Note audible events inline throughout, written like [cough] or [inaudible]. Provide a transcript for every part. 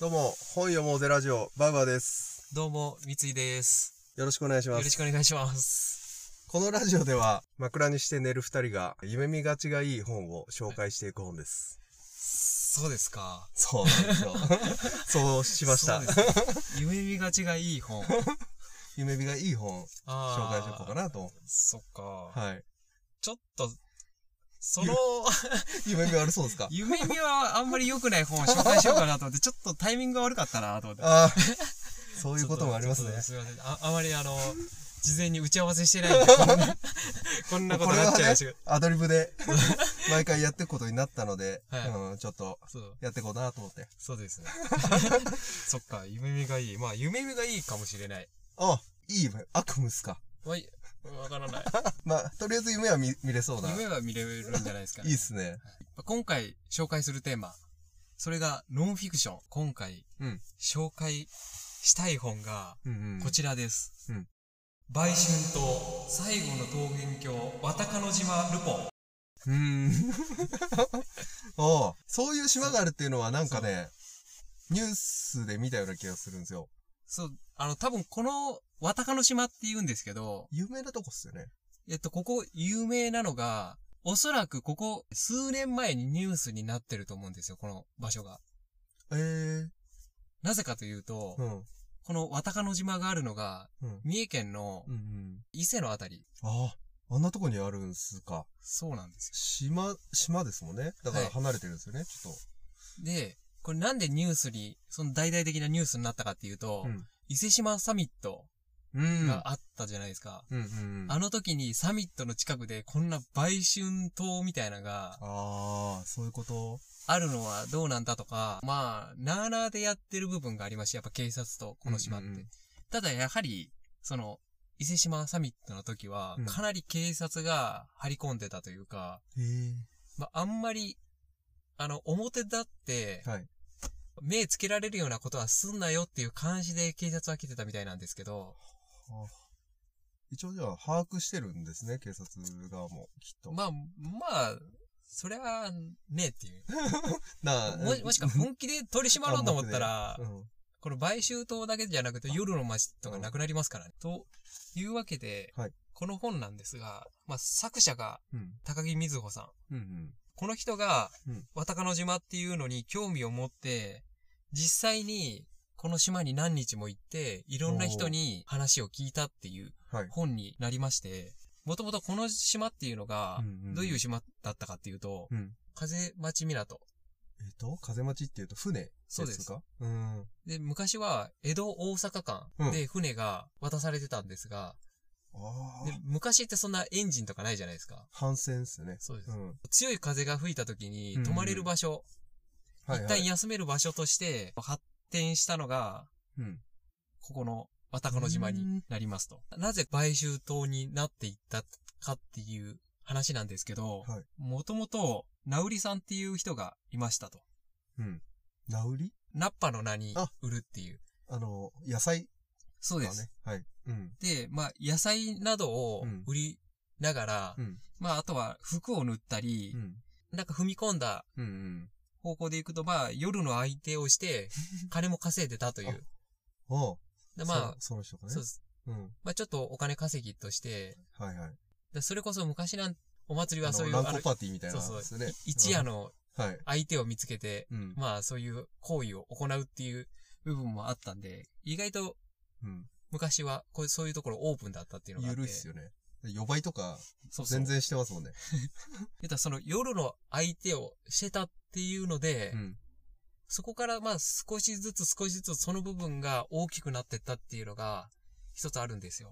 どうも、本読もうぜラジオ、バウバーです。どうも、三井です。よろしくお願いしよまろす。しくお願いします。このラジオでは、枕にして寝る二人が、夢見がちがいい本を紹介していく本です。そうですか。そうなんですよ。 [laughs] そうしました。そう [laughs] ですね夢見がちがいい本。紹夢見がいい本、紹介していこうかな。なと。そっか。はい。ちょっと、その、 [laughs] 夢見悪そうですか夢見はあんまり良くない本を紹介しようかなと思って、ちょっとタイミングが悪かったなと思って。ああ、そういうちょこっともありますねちょっと。すいません。あ、あまりあの、事前に打ち合わせしてな [laughs] いんで、こんなこんなことになっちゃいましたけど。アドリブで、 [laughs] 毎回やっていくことになったので、はいうん、ちょっと、そう、やっていこうなと思って。そうですね。 [laughs] そっか、夢見がいい。まあ、夢見がいいかもしれない。あ、いい夢、悪夢っすか。わい、わからない。まあ、とりあえず夢は見見れそうな。夢は見れるんじゃないですか、いいっすね。今回紹介するテーマ、それがノンフィクション。今回、うん紹介したい本がうんうんこちらです。うん売春と最後の桃源郷、渡鹿の島ルポン。うーん。 [laughs] おうそういう島があるっていうのはなんかね、ニュースで見たような気がするんですよ。そう、あの、多分この渡鹿の島って言うんですけど、有名なとこっすよね。えっと、ここ有名なのが、おそらくここ数年前にニュースになってると思うんですよ、この場所が。ええなぜかというと、うん。この渡鹿の島があるのが、うん。三重県のうんうん。伊勢のあたり。ああ、あんなとこにあるんすか。そうなんです島、島ですもんね。だからはい離れてるんですよね、ちょっよ。で、これなんでニュースに、その大々的なニュースになったかっていうと、うん伊勢志摩サミットと。うんがあったじゃないですか。うんうん。ああの時にサミットの近くでこんな売春島みたいなのがあー、そういうこと。あるのはどうなんだとか、まあ、なーなーでやってる部分がありまして、やっぱ警察とこの島って。うんうんうんただやはり、その、伊勢志摩サミットの時はうん、かなり警察が張り込んでたというか、へまあ、あんまり、あの、表立ってえ。、はい。目つけられるようなことはすんなよっていう監視で警察は来てたみたいなんですけど、一応じゃあ、把握してるんですね、警察側も、きっと。まあ、まあ、そりゃ、ねえっていう。な [laughs] あもし、[laughs] もしか本気で取り締まろうと思ったらう、ん。この買収党だけじゃなくて夜の街とかなくなりますからね。というわけではい、この本なんですが、まあ、作者がうん。高木瑞穂さん。うんうん。この人がうん、渡鹿の島っていうのに興味を持って、実際にこの島に何日も行って、いろんな人に話を聞いたっていうはい。本になりまして、もともとこの島っていうのがうんうんう、んどういう島だったかっていうと、うん。風町港。えっと、風待ちっていうと船そうですかうん。あで、昔は江戸大阪間で船が渡されてたんですが、あでー。昔ってそんなエンジンとかないじゃないですか。反戦っすよね。そうです。うん。強い風が吹いた時にうんうん泊まれる場所、はい、一は旦い。休める場所として発展したのが、うん。ここの渡鹿の島になりますと。なぜ買収島になっていったかっていう話なんですけどはい、もともと、ナウリさんっていう人がいましたと。うん。なうりナッパの名にあ売るっていう。あの、野菜そうがでねす。。はい。うん。で、まあ、野菜などをうん売りながら、うん。まあ、あとは服を塗ったりう、ん。なんか踏み込んだうんうん。方向で行くと、まあ、夜の相手 [laughs] をして、金も稼いでたという。おうでまあ、そ、その人かね。そうです。うん。まあ、ちょっとお金稼ぎとして、はいはい。でそれこそ昔なん、お祭りはそういう、ああの乱の交、パーティーみたいなそうそうですね。一夜のうん。はい。相手を見つけて、うん。まあ、そういう行為を行うっていう部分もあったんで、意外とうん。昔は、こうそういうところオープンだったっていうのがあゆって。るいっすよね。予売とか、そうそう。全然してますもんね。言ったらその夜の相手をしてたっていうので、うん。そこからまあ少しずつ少しずつその部分が大きくなってったっていうのが一つあるんですよ。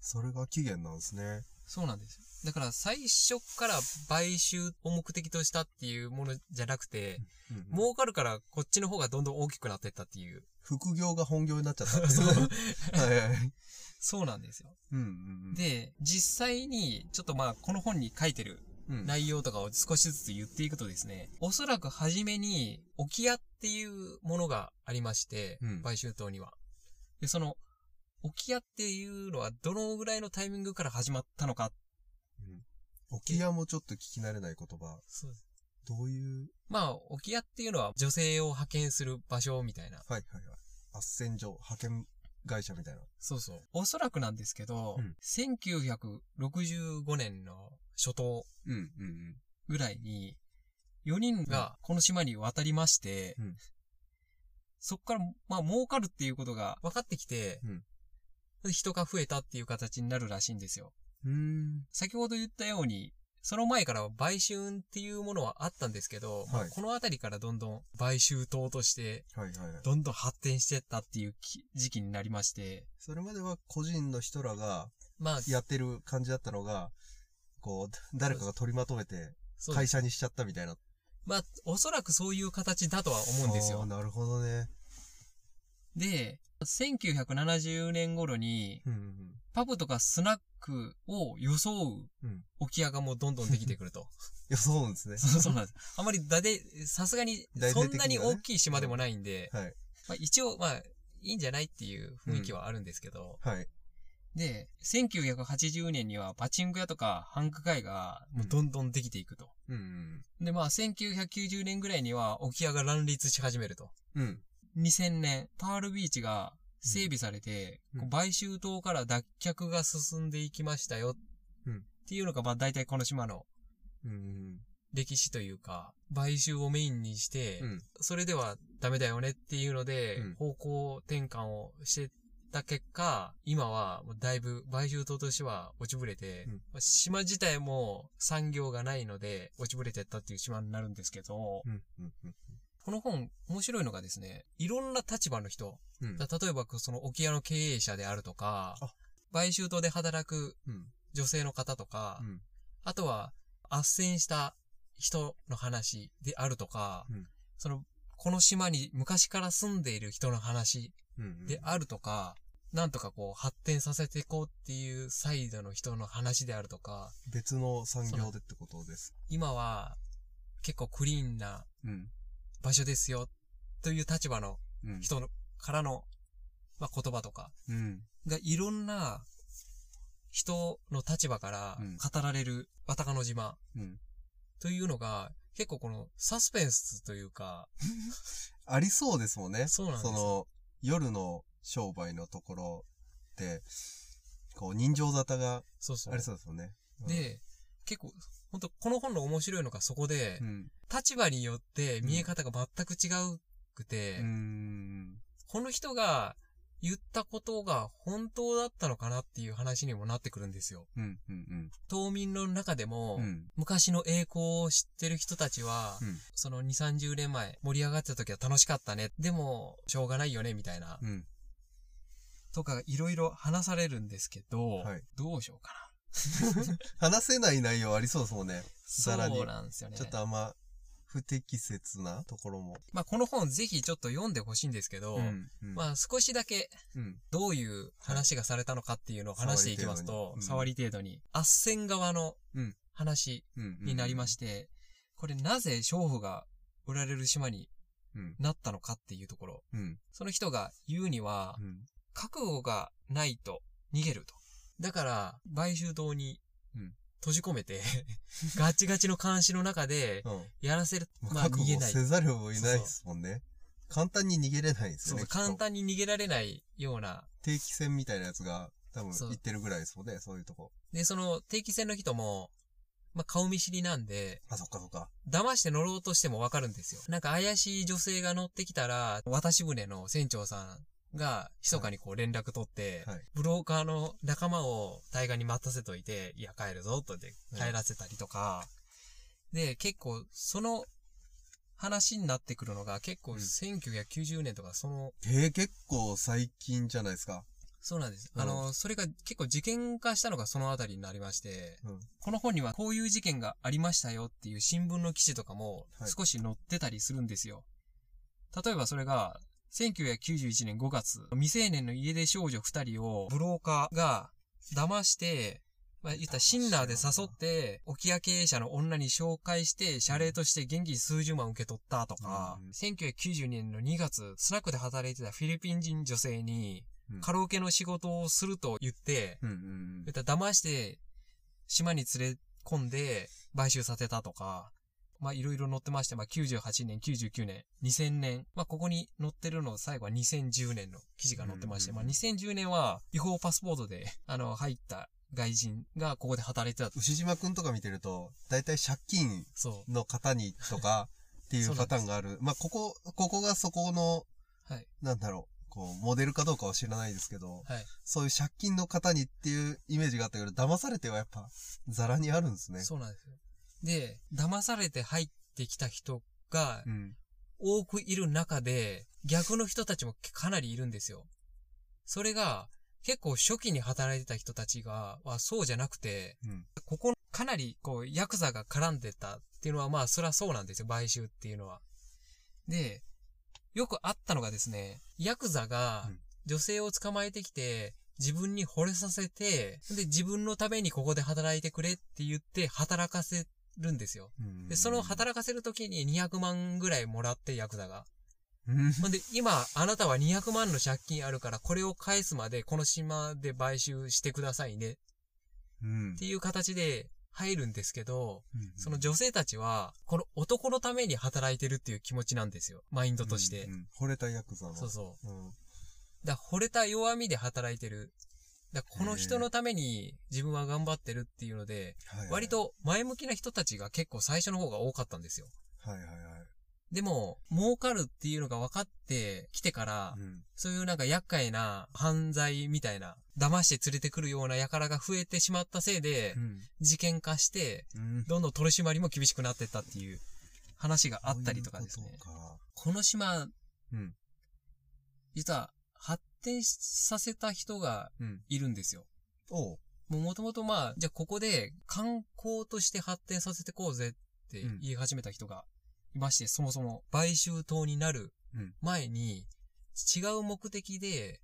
それが起源なんですね。そうなんですよ。だから最初から買収を目的としたっていうものじゃなくて、うん。う、儲かるからこっちの方がどんどん大きくなってったっ [laughs] ていう。副業が本業になっちゃったんですそうはいはい。そうなんですよ。うんうんうん。、で、実際にちょっとまあこの本に書いてるうん。内容とかを少しずつ言っていくとですね、おそらく初めに沖屋っていうものがありまして、うん買収島には。で、その沖屋っていうのはどのぐらいのタイミングから始まったのか。沖屋もちょっと聞き慣れない言葉。そうどういう、まあ、沖屋っていうのは女性を派遣する場所みたいな。はいはいはい。斡旋所、派遣会社みたいな。そうそう。おそらくなんですけど、うん1965年の初頭うんうんうん。ぐらいに、4人がこの島に渡りまして、うんそこから、まあ、儲かるっていうことが分かってきて、人が増えたっていう形になるらしいんですよ。うん。先ほど言ったように、その前から売春っていうものはあったんですけど、まあはいこのあたりからどんどん売春党として、はいはいはい。どんどん発展してったっていうき時期になりまして、それまでは個人の人らがまあ、やってる感じだったのが、こう、誰かが取りまとめてそう会社にしちゃったみたいな。まあ、おそらくそういう形だとは思うんですあーよ。なるほどね。で、1970年頃に、うんうんパブとかスナックを装ううん沖屋がもうどんどんできて [laughs] くると。いや、そうなんですね。そうそうなんです。あまりだで、さすがに、大そ々ん的になはねに大きい島でもないんで、はい。まあ、一応、まあ、いいんじゃないっていう雰囲気はあるんですけど、はい。で、1980年にはパチンコ屋とか繁華街がもうどんどんできていくと。うんで、まあ、1990年ぐらいには沖屋が乱立し始めると。うん。うん。 2000年、パールビーチが整備されて、うんこう買収島から脱却が進んでいきましたよ。うんっていうのが、まあ大体この島のうん歴史というか、買収をメインにして、うん。うん。それではダメだよねっていうので、うん方向転換をしてた結果、今はもうだいぶ買収島としては落ちぶれて、うんまあ島自体も産業がないので落ちぶれてったっていう島になるんですけど、うん。うん。この本面白いのがですね、いろんな立場の人、うん。だ例えば、その沖屋の経営者であるとかあ、買収党で働くうん。女性の方とか、うんあとは、斡旋した人の話であるとか、うんその、この島に昔から住んでいる人の話うん。であるとか、なんとかこう発展させていこうっていうサイドの人の話であるとか、別の産業でってことです。今は結構クリーンなうん。場所ですよという立場のうん。人のからの、まあ、言葉とか、うん。がいろんな人の立場からうん語られるバタカの島うん。というのが結構このサスペンスというか、ありそうですもんね。そうなんですよその、夜の商売のところって、こう、人情沙汰がそうそあうり。そうですもんね。うん、で、結構、本当この本の面白いのがそこで、うん。立場によって見え方が全く違うくて、うん。この人が言ったことが本当だったのかなっていう話にもなってくるんですよ。うん。うん。島民の中でも、うん。昔の栄光を知ってる人たちは、うんその2、30年前盛り上がってた時は楽しかったね。でも、しょうがないよね、みたいな。うん。とか、いろいろ話されるんですけど、はいどうしようか話せない内容ありそうですもんね。さな。らにそうなんですよね。ちょっとあんま、不適切なところも。まあ、この本ぜひちょっと読んでほしいんですけど、うんまあ、少しだけ、うん。どういう話がされたのかっていうのを話していきますと、触触り程度に。斡旋側のうん。話になりましてて、これなぜ娼婦が売られる島にうん。なったのかっていうところ。うん。その人が言うには、うん。覚悟がないと逃げると。だから、買収堂にうん閉じ込めて、 [laughs] ガチガチの監視の中で、うん。やらせる、まあ覚逃げ悟ない。せざるを得ないですもんね。簡単に逃げれないですそようね。そう、きっと簡単に逃げられないような。定期船みたいなやつが多分そう行ってるぐらいですもんね、そういうとこ。で、その定期船の人も、まあ顔見知りなんで、あ、そっかそっか。騙して乗ろうとしてもわかるんですよ。なんか怪しい女性が乗ってきたら、渡し船の船長さんが、密かにこう連絡取って、はい。ブローカーの仲間を対岸に待たせといて、いや、帰るぞ、とでうん帰らせたりとか、で、結構、その話になってくるのが、結構うん1990年とか、その、えー、結構最近じゃないですか。そうなんです。うんあの、それが結構事件化したのがそのあたりになりまして、うんこの本にはこういう事件がありましたよっていう新聞の記事とかもはい少し載ってたりするんですよ。例えばそれが、1991年5月、未成年の家出少女2人をブローカーが騙して、まあ、言ったらシンナーで誘って、沖屋経営者の女に紹介して、謝礼として現金数十万受け取ったとか、うん1992年の2月、スナックで働いてたフィリピン人女性に、うんカラオケの仕事をすると言って、うんうん言ったら騙して、島に連れ込んで、買収させたとか、まあいろいろ載ってまして、まあ98年、99年、2000年、まあここに載ってるの最後は2010年の記事が載ってまして、うんまうあんうん2010年は違法パスポートで、あの、入った外人がここで働いてた。牛島くんとか見てると、だいたい借金その方にと [laughs] か、っていうパターンがある。まあ、ここ、ここがそこの、う。はい。なんだろう、こう、モデルかどうかは知らないですけど、はい。そういう借金の方にっていうイメージがあったけど、騙されてはやっぱ、ザラにあるんですね。そうなんですよ。で、騙されて入ってきた人がうん。多くいる中で、逆の人たちもかなりいるんですよ。それが、結構初期に働いてた人たちが、はそうじゃなくて、うん。ここかなりこう、ヤクザが絡んでたっていうのはまあ、そりゃそうなんですよ、買収っていうのは。で、よくあったのがですね、ヤクザがうん女性を捕まえてきて、自分に惚れさせて、で、自分のためにここで働いてくれって言って働かせるんですよ。うんで、その働かせるときに200万ぐらいもらって、ヤクザが。うん。ほんで、今、あなたは200万の借金あるから、これを返すまで、この島で買収してくださいね。うんって。いう形で入るんですけど、うんその女性たちは、この男のために働いてるっていう気持ちなんですよ。マインドとしてうん。うん惚れたヤクザの。そうそう。うん。だから惚れた弱みで働いてる。だからこの人のために自分は頑張ってるっていうので、はいはい割。と前向きな人たちが結構最初の方が多かったんですよ。はいはいはい。でも、儲かるっていうのが分かってきてから、 [laughs] うん。そういうなんか厄介な犯罪みたいな、騙して連れてくるような輩が増えてしまったせいで、事件化して、うん。どんどん取り締まりも厳しくなってったっていう話があったりとかですね。そういうことかこの島、うん。実は発展させた人がうん。いるんですよ。おう。もう元々まあ、じゃあここで観光として発展させてこうぜってうん言い始めた人がいまして、そもそも買収党になるうん前に、違う目的で、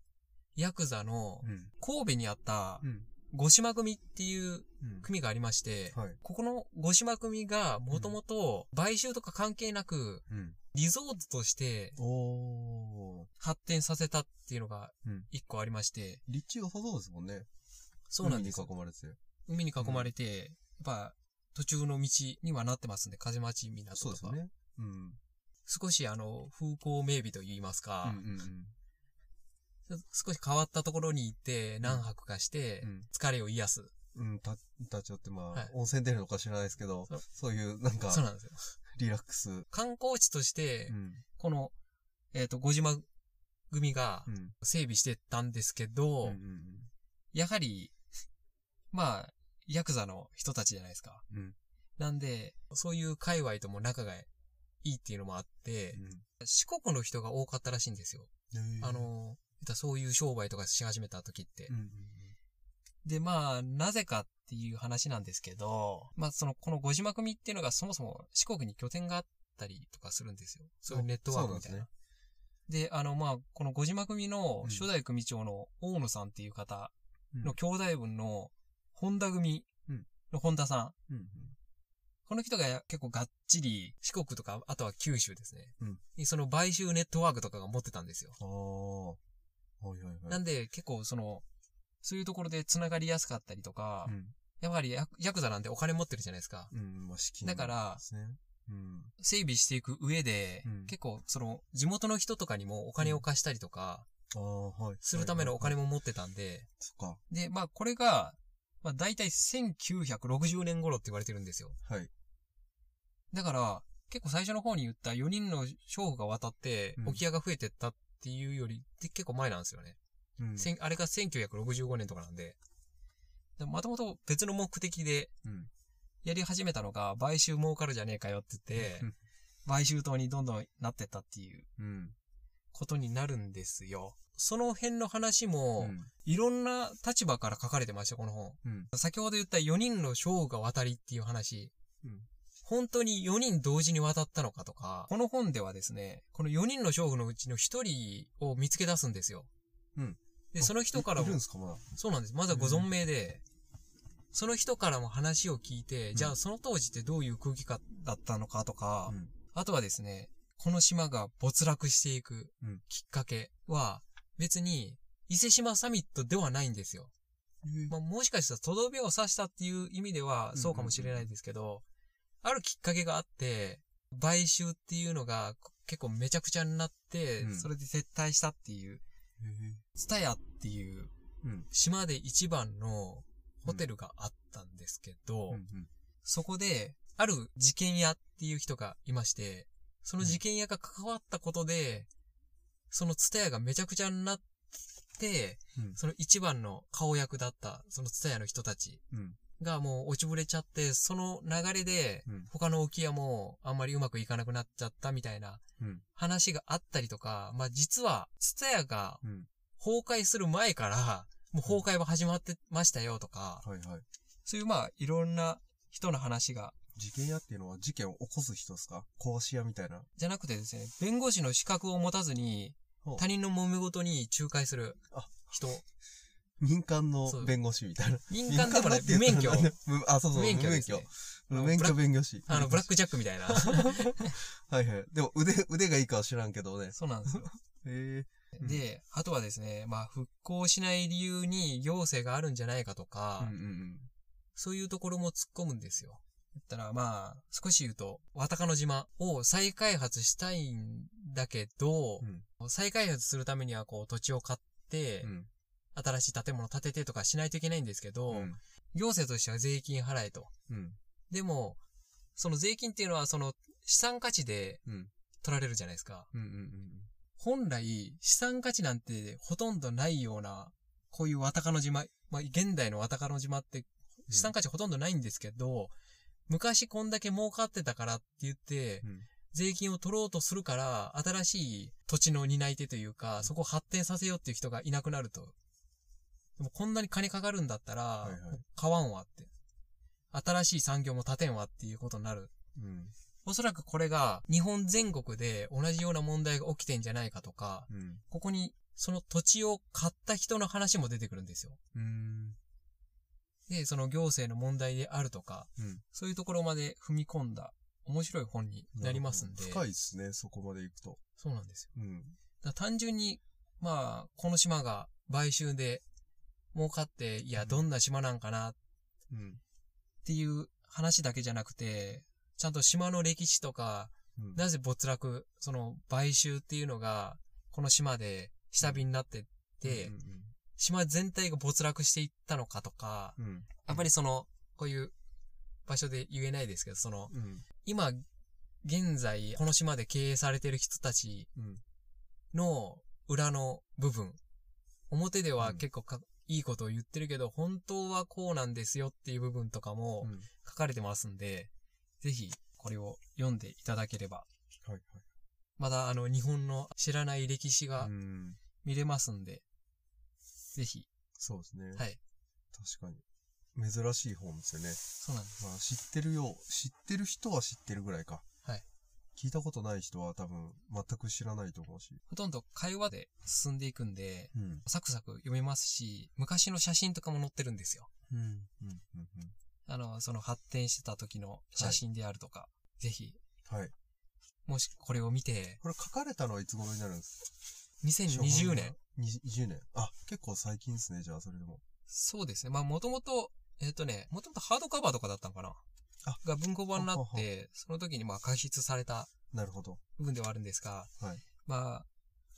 ヤクザのうん。神戸にあったうん。五島組っていううん。組がありまして、はい。ここの五島組がもともと買収とか関係なくうん。リゾートとしておー。発展させたっていうのがうん一個ありまして、立地良さそうですもんね。そうなんです海に囲まれてて。海に囲まれて、やっぱ途中の道にはなってますんで、風町港とか。そうですよね。うん。少しあの、風光明媚と言いますうか、んうんちょっと少し変わったところに行って何泊かしてうん、疲れを癒す。うん。うん、た、立ち寄って、まあ、はい温泉出るのか知らないですけどそう、そういう、なんかそ、うなんですよ。リラックス。うん。観光地としてう、ん。この、えっ、と、五島組がうん整備してたんですけうど、んうんやはり、まあ、ヤクザの人たちじゃないですか。うんなんで、そういう界隈とも仲がいいっていうのもあって、四国の人が多かったらしいんですよ。うん。あ、の、言ったらそういう商売とかし始めた時って。うんうんで、まあ、なぜかっていう話なんですけど、まあ、その、この五島組っていうのがそもそも四国に拠点があったりとかするんですよ。そういうネットワークみたいな。そうでなんあの、まあ、この五島組のうん初代組長の大野さんっていう方うん。の兄弟分の本田組うんの本田さうん。んうん。この人が結構がっちり四国とか、あとは九州ですね。うんにその買収ネットワークとかが持ってたんですよ。あー。はいはいはい。なんで、で、結構その、そういうところで繋がりやすかったりとか、うん。やはりヤクヤクザなんでお金持ってるじゃないですか。うん、まあ、資金。だからですね。うん。整備していく上で、うん結構その、地元の人とかにもお金を貸したりとか、あー、はい。するためのお金も。も持ってたんで、そっか。で、まあこれが、まあ大体1960年頃って言われてるんですよ。はい。だから、結構最初の方に言った4人の娼婦が渡ってうん、置き屋が増えてったっていうより、で結構前なんですよね。うん。せんあれが1965年とかなんで。もともと別の目的でうん。やり始めたのが、買収儲かるじゃねえかよって言って、買収党にどんどんなってったっていう [laughs] うん。ことになるんですよ。その辺の話うも、ん。いろんな立場から書かれてました、この本。うん。先ほど言った4人の将が渡りっていう話。うん本当に4人同時に渡ったのかとか、この本ではですね、この4人の将婦のうちの1人を見つけ出すんですよ。うんで、その人からいいるんもで、すか、まだ。そうなんです。まだご存命で、その人からも話を聞いて、んじゃあその当時ってどういう空気感だったのかとか、うんあとはですね、この島が没落していくうんきっかけは、別に伊勢島サミットではないんですよ。まあ、もしかしたらとどめを刺したっていう意味ではうんそうかもしれないですけど、あるきっかけがあって、買収っていうのが結構めちゃくちゃになって、うんそれで撤退したっていう、ツタヤっていううん。島で一番のホテルがあったんですけど、うんそこで、ある事件屋っていう人がいまして、その事件屋が関わったことで、そのツタヤがめちゃくちゃになって、うんその一番の顔役だった、そのツタヤの人たちうん。がもう落ちぶれちゃって、その流れでうん、他の置屋もあんまりうまくいかなくなっちゃったみたいなうん話があったりとか、まあ実は、ツタヤがうん。崩壊する前から、もう崩壊は始まってましたよとか、はいはい。そういうまあいろんな人の話が事件屋っていうのは事件を起こす人ですか殺し屋みたいな。じゃなくてですね、弁護士の資格を持たずにほう、他人の揉め事に仲介するあ人。民間のそう弁護士みたいな。民間でもね、無 [laughs] 民免間許。だって言ったらなんだ無あ、そうそ無う、免無許で免す許ね。。無免あ許の弁護士。あの、ブラックジャックみたいな。はいはい。でも腕、腕がいいかは知らんけどね。 [laughs] そうなんですよ。へうん [laughs] で、あとはですね、まあ、復興しない理由に行政があるんじゃないかとえ。か、うんうんそういうところも突っ込むんですよ。だったら、まあ、少し言うと、渡鹿の島を再開発したいんだけどう、ん。再開発するためにはこう土地を買って、うん。新しい建物建ててとかしないといけないんですけど、うん。行政としては税金払えと。うん。でも、その税金っていうのはその資産価値でうん取られるじゃないですか。うんうんうん。本来、資産価値なんてほとんどないような、こういう渡鹿の島、まあ、現代の渡鹿の島って資産価値ほとんどないんですけど、昔こんだけ儲かってたからって言って、うん税金を取ろうとするから、新しい土地の担い手というか、そこを発展させようっていう人がいなくなると。でもこんなに金かかるんだったら、はいはい。買わんわって。新しい産業も立てんわっていうことになる。うん。おそらくこれが日本全国で同じような問題が起きてんじゃないかとか、うん。ここにその土地を買った人の話も出てくるんですよ。うん。で、その行政の問題であるとか、うんそういうところまで踏み込んだ面白い本になりますんで。深いですね、そこまで行くと。そうなんですよ。うん。だから単純に、まあ、この島が買収で儲かって、いや、どんな島なんかなうん。っていう話だけじゃなくて、ちゃんと島の歴史とか、うんなぜ没落、その買収っていうのが、この島で下火になってって、うん島全体が没落していったのかとか、うんうん。あんまりその、こういう場所で言えないですけど、その、うん。今、現在、この島で経営されてる人たちうんの裏の部分。表ではうん結構か、いいことを言ってるけど、本当はこうなんですよっていう部分とかも、うん。書かれてますんで、ぜひこれを読んでいただければ。はいはい。まだあの日本の知らない歴史がうん。見れますんで、ぜひ。そうですね。はい。確かに。珍しい本ですよね。そうなんです。まあ、知ってるよう、知ってる人は知ってるぐらいか。はい。聞いたことない人は多分全く知らないと思うし。ほとんど会話で進んでいくんで、うん。サクサク読めますし、昔の写真とかも載ってるんですよ。うん。うん。うん。あの、その発展してた時の写真であるとか、ぜひ、うん。はい。もしこれを見て、これ書かれたのはいつ頃になるんです2020年。。 20年。あ、結構最近ですね、じゃあそれでも。そうですね。まあ、もともと、えっ、とね、もともとハードカバーとかだったのかなあが文庫版になほっほほて、その時にまあ、過失されたなるほど。部分ではあるんですが、はいまあ、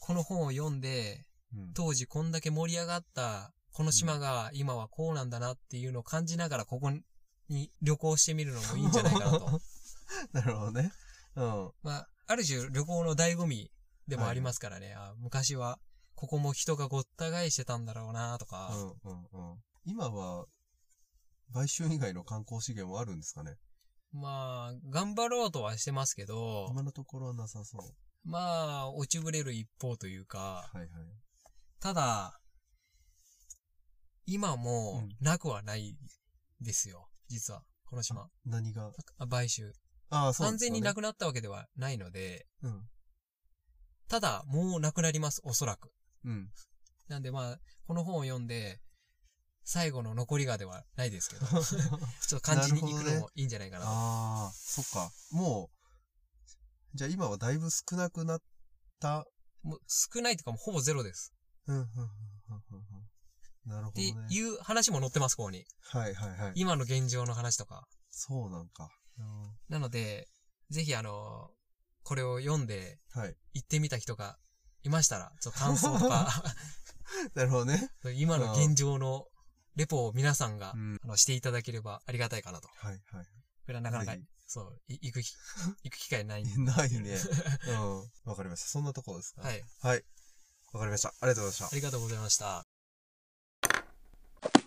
この本を読んで、うん。当時こんだけ盛り上がった、この島が今はこうなんだなっていうのを感じながら、ここに旅行してみるのもいいんじゃないかな [laughs] と。なるほどね。うん。まあ、ある種旅行の醍醐味でもありますからね。あ昔は、ここも人がごった返してたんだろうなとか、うんうんうん。今は、買収以外の観光資源はあるんですかねまあ、頑張ろうとはしてますけど、今のところはなさそう。まあ、落ちぶれる一方というか、はいはい。ただ、今もうんなくはないですよ、実は、この島。何が。あ買収。ああ、そう完です全よねになくなったわけではないので、うん。ただ、もうなくなります、おそらく。うん。なんでまあ、この本を読んで、最後の残りがではないですけ [laughs] ど、ちょっと感じに行くなるのほもいいんじゃないかなと。ああ、そっか。もう、じゃあ今はだいぶ少なくなった。もう少ないというか、もうほぼゼロです。うん、うん、うん、うんうん。なるほってどね。いう話も載ってます、ここに。はいはいはい。今の現状の話とか。そうなんか。なので、ぜひあの、これを読んではい。 [laughs] 行ってみた人がいましたら、ちょっと感想 [laughs] とか、なるほどね。今の現状のレポを皆さんが、うんあのしていただければありがたいかなと。はいはい。これはなかなかぜひ、そう、い行くき、行く機 [laughs] 会ないんで。ない [laughs] ね。うん。わかりました。そんなところですか。はい。はい。わかりました。ありがとうございましたあ。りがとうございました。